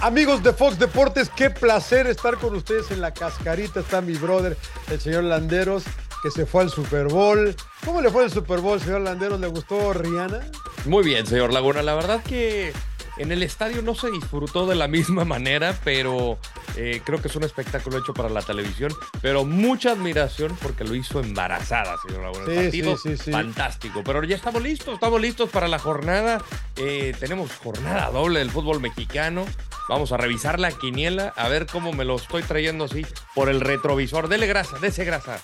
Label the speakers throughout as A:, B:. A: Amigos de Fox Deportes, qué placer estar con ustedes en la cascarita. Está mi brother, el señor Landeros, que se fue al Super Bowl. ¿Cómo le fue el Super Bowl, señor Landeros? ¿Le gustó Rihanna?
B: Muy bien, señor Laguna. La verdad que en el estadio no se disfrutó de la misma manera, pero eh, creo que es un espectáculo hecho para la televisión. Pero mucha admiración porque lo hizo embarazada, señor Laguna. Sí, partido sí, sí, fantástico. Pero ya estamos listos, estamos listos para la jornada. Eh, tenemos jornada doble del fútbol mexicano. Vamos a revisar la quiniela, a ver cómo me lo estoy trayendo así por el retrovisor. Dele grasa, dese grasa.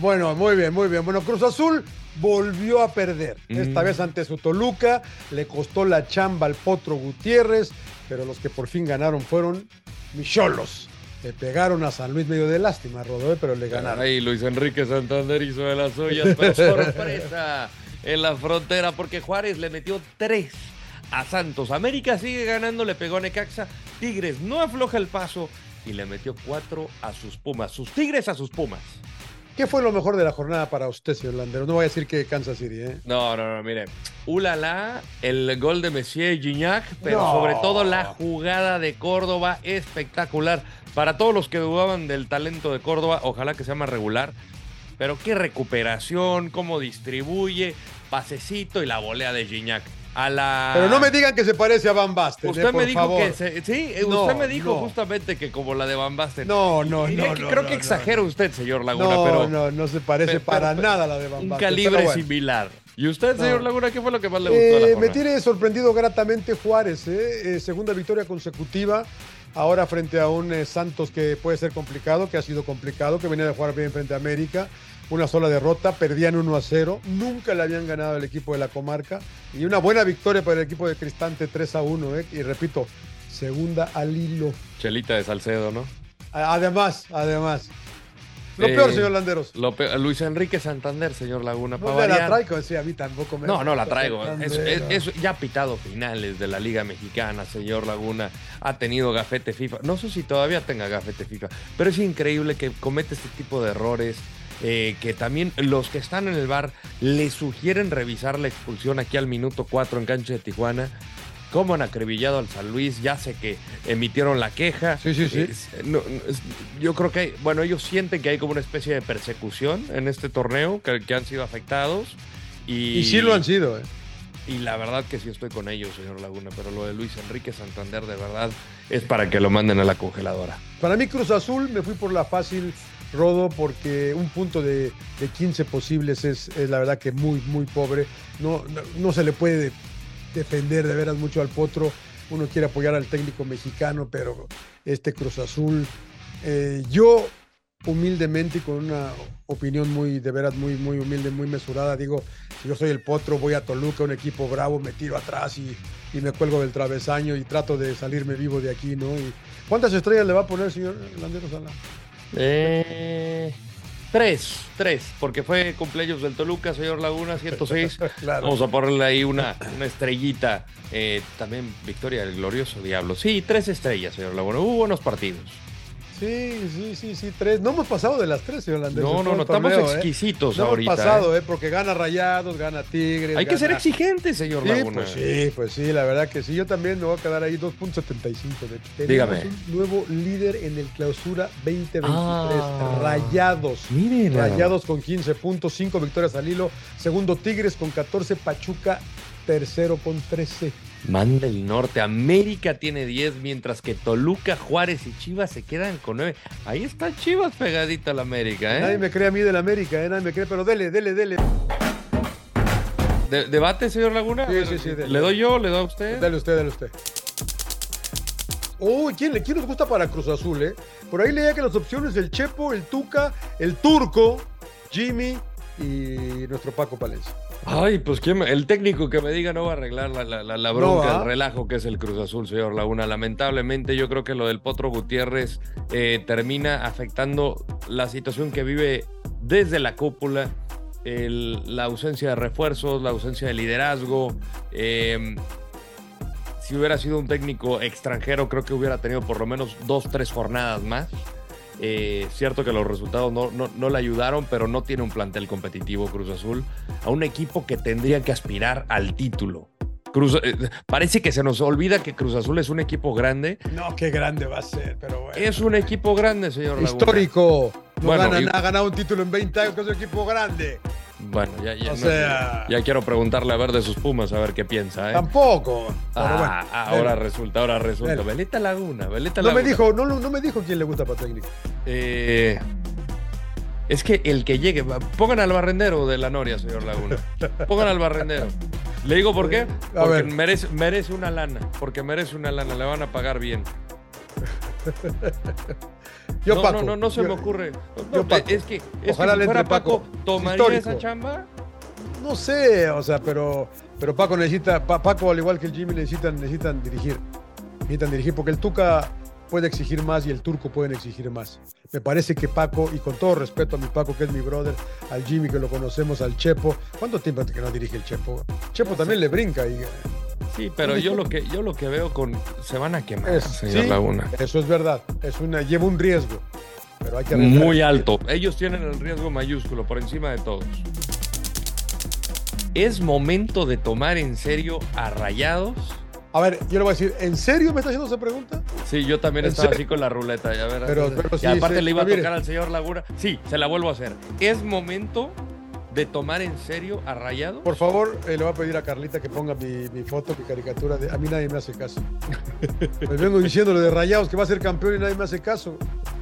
A: Bueno, muy bien, muy bien. Bueno, Cruz Azul volvió a perder. Mm. Esta vez ante su Toluca, le costó la chamba al Potro Gutiérrez, pero los que por fin ganaron fueron Micholos. Le pegaron a San Luis medio de lástima, Rodolfo, pero le ganaron.
B: Ahí Luis Enrique Santander hizo de las suyas, pero sorpresa en la frontera, porque Juárez le metió tres a Santos. América sigue ganando, le pegó a Necaxa. Tigres no afloja el paso y le metió cuatro a sus Pumas. Sus Tigres a sus Pumas.
A: ¿Qué fue lo mejor de la jornada para usted, señor Landero? No voy a decir que Kansas City, ¿eh?
B: No, no, no, mire. Ulala, el gol de Messier Gignac, pero no. sobre todo la jugada de Córdoba espectacular. Para todos los que dudaban del talento de Córdoba, ojalá que sea más regular. Pero qué recuperación, cómo distribuye, pasecito y la volea de Gignac. A la...
A: Pero no me digan que se parece a Van Basten.
B: Ah. Usted
A: eh, por
B: me dijo
A: favor.
B: que se, sí, no, usted me dijo no. justamente que como la de Van Basten.
A: No, no, no, no,
B: Creo que exagera usted, señor Laguna, pero
A: no, no se parece pero, para pero, nada a la de Van
B: un
A: Basten. Un
B: calibre
A: bueno.
B: similar. ¿Y usted, señor Laguna, qué fue lo que más le gustó? Eh, a la
A: me tiene sorprendido gratamente Juárez, eh, segunda victoria consecutiva. Ahora frente a un eh, Santos que puede ser complicado, que ha sido complicado, que venía de jugar bien frente a América una sola derrota, perdían 1 a 0, nunca le habían ganado el equipo de la comarca y una buena victoria para el equipo de Cristante 3 a 1, ¿eh? y repito, segunda al hilo.
B: Chelita de Salcedo, ¿no?
A: Además, además. Lo eh, peor, señor Landeros.
B: Lo peor, Luis Enrique Santander, señor Laguna.
A: No me la traigo, sí, a mí tampoco me
B: No, no la traigo. Es, es, es, ya ha pitado finales de la Liga Mexicana, señor Laguna. Ha tenido gafete FIFA. No sé si todavía tenga gafete FIFA, pero es increíble que comete este tipo de errores. Eh, que también los que están en el bar le sugieren revisar la expulsión aquí al minuto 4 en cancha de Tijuana. Cómo han acribillado al San Luis, ya sé que emitieron la queja.
A: Sí, sí, sí.
B: Eh, no, yo creo que, hay, bueno, ellos sienten que hay como una especie de persecución en este torneo, que, que han sido afectados. Y,
A: y sí lo han sido, ¿eh?
B: Y la verdad que sí estoy con ellos, señor Laguna, pero lo de Luis Enrique Santander de verdad es para que lo manden a la congeladora.
A: Para mí Cruz Azul me fui por la fácil Rodo, porque un punto de, de 15 posibles es, es, la verdad que muy, muy pobre. No, no, no, se le puede defender de veras mucho al potro. Uno quiere apoyar al técnico mexicano, pero este Cruz Azul, eh, yo humildemente y con una opinión muy, de veras, muy, muy humilde, muy mesurada, digo, si yo soy el potro, voy a Toluca, un equipo bravo, me tiro atrás y, y me cuelgo del travesaño y trato de salirme vivo de aquí, ¿no? Y, ¿Cuántas estrellas le va a poner, señor Landero Sala?
B: Eh, tres, tres, porque fue cumpleaños del Toluca, señor Laguna, 106. claro. Vamos a ponerle ahí una, una estrellita. Eh, también victoria del glorioso Diablo. Sí, tres estrellas, señor Laguna. Hubo buenos partidos.
A: Sí, sí, sí, sí, tres. No hemos pasado de las tres, señor Landés.
B: No, no, no, torneo, estamos exquisitos
A: eh. no
B: ahorita.
A: Hemos pasado, eh. porque gana Rayados, gana Tigres.
B: Hay
A: gana...
B: que ser exigentes, señor
A: sí,
B: Laguna.
A: Pues sí, pues sí, la verdad que sí. Yo también me voy a quedar ahí 2.75.
B: Dígame.
A: un nuevo líder en el clausura 2023, ah, Rayados.
B: Miren.
A: Rayados con 15 puntos, 5 victorias al hilo. Segundo, Tigres con 14, Pachuca tercero con 13.
B: Manda el norte. América tiene 10, mientras que Toluca, Juárez y Chivas se quedan con 9. Ahí está Chivas pegadita a la América, ¿eh?
A: Nadie me cree a mí del América, ¿eh? Nadie me cree, pero dele, dele, dele.
B: De ¿Debate, señor Laguna?
A: Sí, sí, sí. Dele.
B: ¿Le doy yo? ¿Le doy a usted?
A: Dale usted, dale usted. Uy, oh, ¿quién, ¿quién nos gusta para Cruz Azul, eh? Por ahí leía que las opciones el Chepo, el Tuca, el Turco, Jimmy, y nuestro Paco Palencia.
B: Ay, pues ¿quién me- el técnico que me diga no va a arreglar la, la- la- la bronca,
A: ¿verdad?
B: el relajo que es el Cruz Azul, señor Laguna. Lamentablemente yo creo que lo del Potro Gutiérrez eh, termina afectando la situación que vive desde la cúpula, el- la ausencia de refuerzos, la ausencia de liderazgo. eh, si hubiera sido un técnico extranjero, creo que hubiera tenido por lo menos dos, tres jornadas más. Eh, cierto que los resultados no, no, no le ayudaron, pero no tiene un plantel competitivo Cruz Azul, a un equipo que tendría que aspirar al título. Cruz, eh, parece que se nos olvida que Cruz Azul es un equipo grande.
A: No, qué grande va a ser, pero bueno.
B: Es un equipo grande, señor. Laguna.
A: Histórico. No
B: Bueno,
A: gana
B: y- Eh.
A: nada, ha ganado un título en 20 años, que es un equipo grande.
B: Bueno, ya, ya
A: O
B: no-
A: sea-
B: ya quiero preguntarle a ver de sus Pumas, a ver qué piensa. ¿eh?
A: Tampoco. Pero bueno,
B: Ah, ahora
A: bueno.
B: resulta, ahora resulta.
A: Bueno.
B: Veleta Laguna, Veleta
A: no
B: Laguna.
A: me dijo, no, no me dijo quién le gusta para técnico.
B: Eh, es que el que llegue, va- pongan al barrendero de la Noria, señor Laguna. Pongan al barrendero. Le digo por qué.
A: A
B: Porque
A: ver.
B: merece, merece una lana. Porque merece una lana. Le van a pagar bien.
A: Yo,
B: no,
A: Paco.
B: no, no, no se
A: yo-
B: me ocurre. No,
A: yo, Paco.
B: Es que, es que
A: Ojalá
B: si
A: le entre
B: fuera Paco,
A: Paco.
B: ¿tomaría
A: Histórico.
B: esa chamba?
A: No sé, o sea, pero, pero Paco necesita, Pa- Paco al igual que el Jimmy necesitan, necesitan dirigir. Necesitan dirigir porque el Tuca puede exigir más y el Turco pueden exigir más. Me parece que Paco, y con todo respeto a mi Paco que es mi brother, al Jimmy que lo conocemos, al Chepo, ¿cuánto tiempo hace que no dirige el Chepo? Chepo también le brinca y
B: Sí, pero yo lo que, yo lo que veo con. Se van a quemar,
A: Es-
B: señor
A: sí,
B: Laguna.
A: eso es verdad, es una, lleva un riesgo, pero hay que arriesgar.
B: Muy alto. Ellos tienen el riesgo mayúsculo por encima de todos. Es momento de tomar en serio a Rayados.
A: A ver, yo le voy a decir, ¿en serio me está haciendo esa pregunta?
B: Sí, yo también
A: ¿En
B: estaba
A: serio?
B: así con la ruleta. Ya verás.
A: Pero- pero
B: y
A: sí,
B: aparte
A: sí,
B: le iba a
A: mire.
B: tocar al señor Laguna. Sí, se la vuelvo a hacer. Es momento de tomar en serio a Rayados.
A: Por favor, eh, le voy a pedir a Carlita que ponga mi, mi foto, mi caricatura. De, a mí nadie me hace caso. Les vengo diciéndole de rayados que va a ser campeón y nadie me hace caso.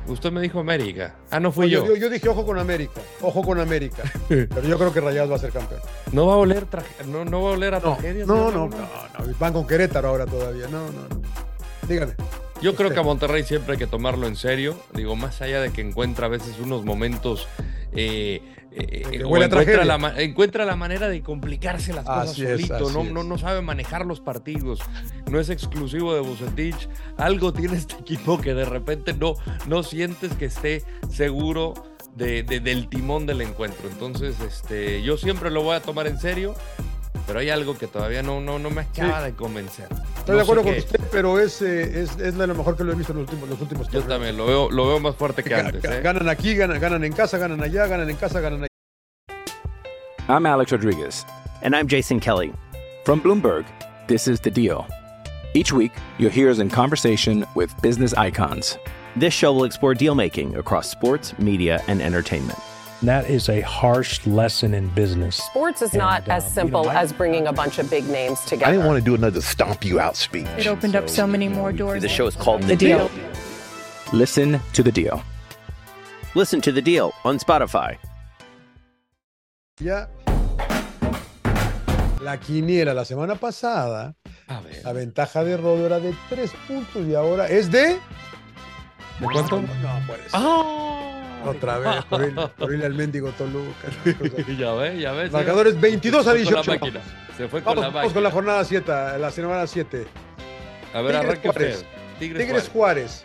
B: Usted me dijo América. Ah, no fui yo.
A: Yo, yo- yo dije, ojo con América, ojo con América. Pero yo creo que Rayados va a ser campeón.
B: No va a oler traje- no, no va a oler a
A: No,
B: tragedias.
A: no,
B: señor
A: no, no,
B: Laguna.
A: no. Van con Querétaro ahora todavía. No, no, no. Dígame.
B: Yo creo
A: Este.
B: que a Monterrey siempre hay que tomarlo en serio. Digo, más allá de que encuentra a veces unos momentos. eh, eh,
A: De que
B: o
A: huele a
B: encuentra,
A: tragedia.
B: la, ma- encuentra la manera de complicarse las cosas
A: Así es,
B: solito.
A: así
B: no,
A: es.
B: no, no sabe manejar los partidos. No es exclusivo de Bucetich. Algo tiene este equipo que de repente no, no sientes que esté seguro. de- de- del timón del encuentro. Entonces, este, yo siempre lo voy a tomar en serio, pero hay algo que todavía no, no, no me acaba de convencer.
A: Estoy de
B: No sé
A: acuerdo con
B: qué.
A: usted, pero es, eh, es, es de lo mejor que lo he visto en los últimos, los últimos
B: Yo
A: torneos.
B: también lo veo, lo veo más fuerte que
A: Ga-
B: antes.
A: ga-
B: ¿eh?
A: Ganan aquí, ganan, ganan en casa, ganan allá, ganan en casa, ganan allá.
C: I'm Alex Rodriguez.
D: And I'm Jason Kelly.
C: From Bloomberg, this is The Deal. Each week, you'll hear us in conversation with business icons.
D: This show will explore deal making across sports, media, and entertainment.
E: And that is a harsh lesson in business.
F: Sports is not
E: And, uh,
F: as
E: you know,
F: simple
E: I-
F: as bringing a bunch of big names together.
G: I didn't want to do another stomp you out speech.
H: It opened up so many more doors.
I: The show is called The,
F: Deal.
C: Listen to The Deal.
D: Listen to The Deal on Spotify.
A: Ya. La quiniela la semana pasada,
B: A ver.
A: la ventaja de Rodo era de tres puntos y ahora es de.
B: ¿De cuánto?
A: No, puede ser.
B: ¡Ah!
A: Otra vez, por ir, por ir al mendigo Toluca.
B: ya ves, ya ves.
A: Marcadores 22 a
B: Se fue con la
A: 18.
B: máquina, Se fue con
A: Vamos,
B: la
A: vamos con
B: máquina.
A: la jornada 7, la semana 7.
B: A ver,
A: Tigres
B: arranque
A: Juárez.
B: usted. Tigres,
A: Tigres Juárez.
B: Juárez,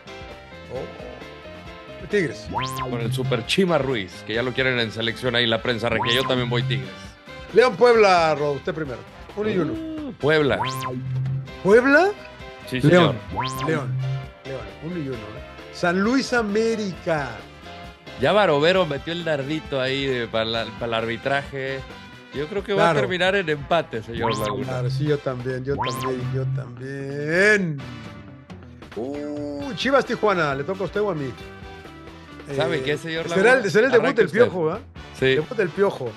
A: Oh. Tigres.
B: Con el super Chima Ruiz, que ya lo quieren en selección ahí la prensa regia. Yo también voy Tigres.
A: León Puebla, Rodo, usted primero. Uno y uno.
B: Uh, Puebla. Uh.
A: ¿Puebla?
B: Sí, señor.
A: León. León. León. Uno y uno. ¿eh? San Luis América.
B: Ya Barovero metió el dardito ahí de- para, la- para el arbitraje. Yo creo que va a
A: Claro.
B: terminar en empate, señor Laguna.
A: Claro, pues sí, yo también, yo también, yo también. Uh, Chivas Tijuana, ¿le toca a usted o a mí? Eh,
B: ¿Sabe qué, señor
A: Será
B: Laguna?
A: el, será el debut
B: Arranque
A: del
B: usted.
A: piojo, ¿ah?
B: Sí,
A: Debut del piojo.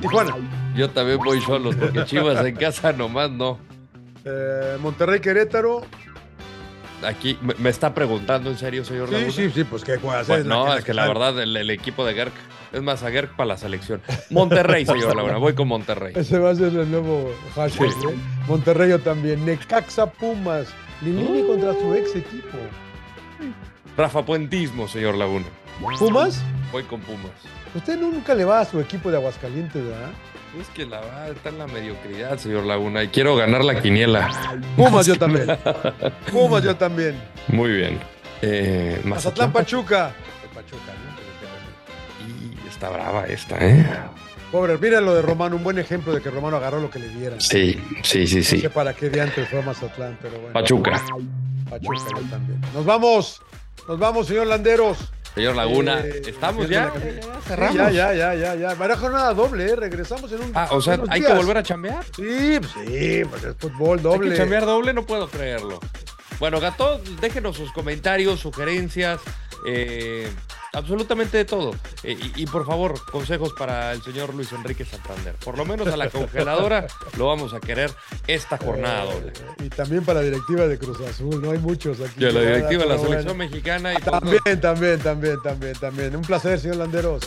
A: Tijuana,
B: yo también voy solos, porque Chivas en casa nomás no.
A: eh, Monterrey Querétaro.
B: Aquí me, me está preguntando en serio, señor
A: Sí,
B: Laguna.
A: sí, sí, pues qué puede hacer.
B: Bueno, no, es que la verdad, el, el equipo de Gerk es más a Gerk para la selección. Monterrey, señor Laguna, voy con Monterrey.
A: Ese va a ser el nuevo hashtag.
B: Pues Sí.
A: ¿eh? Monterrey yo también. Necaxa Pumas. Lilini
B: Uh.
A: contra su ex equipo.
B: Rafa Puentismo, señor Laguna.
A: ¿Pumas?
B: voy con Pumas.
A: Usted nunca le va a su equipo de Aguascalientes, ¿verdad?
B: Es que la va está en la mediocridad, señor Laguna, y quiero ganar la quiniela.
A: Pumas yo también. Pumas yo también.
B: Muy bien. Eh,
A: Mazatlán Pachuca.
B: Pachuca, ¿no? Y está brava esta, ¿eh?
A: Pobre, mira lo de Romano, un buen ejemplo de que Romano agarró lo que le dieron.
B: Sí, sí, sí,
A: No
B: sí.
A: sé para qué diantres fue a Mazatlán, pero bueno.
B: Pachuca.
A: Pachuca yo también. Nos vamos. Nos vamos, señor Landeros.
B: Señor Laguna,
A: Eh,
B: estamos
A: sí,
B: ya.
A: la-
B: Cerramos.
A: Ya, ya, ya, ya, ya. Habrá jornada doble, ¿eh? Regresamos en un.
B: Ah, o sea,
A: unos
B: hay que
A: días.
B: volver a chambear.
A: Sí, pues sí, pues es fútbol
B: Hay
A: doble.
B: que chambear doble, no puedo creerlo. Bueno, Gato, déjenos sus comentarios, sugerencias, eh, absolutamente de todo. Eh, y, y por favor, consejos para el señor Luis Enrique Santander. Por lo menos a la congeladora lo vamos a querer esta jornada doble.
A: Eh, Y también para la directiva de Cruz Azul, no hay muchos aquí.
B: Y a la directiva de la
A: Pero bueno.
B: selección mexicana y por-
A: También, también, también, también, también. Un placer, señor Landeros.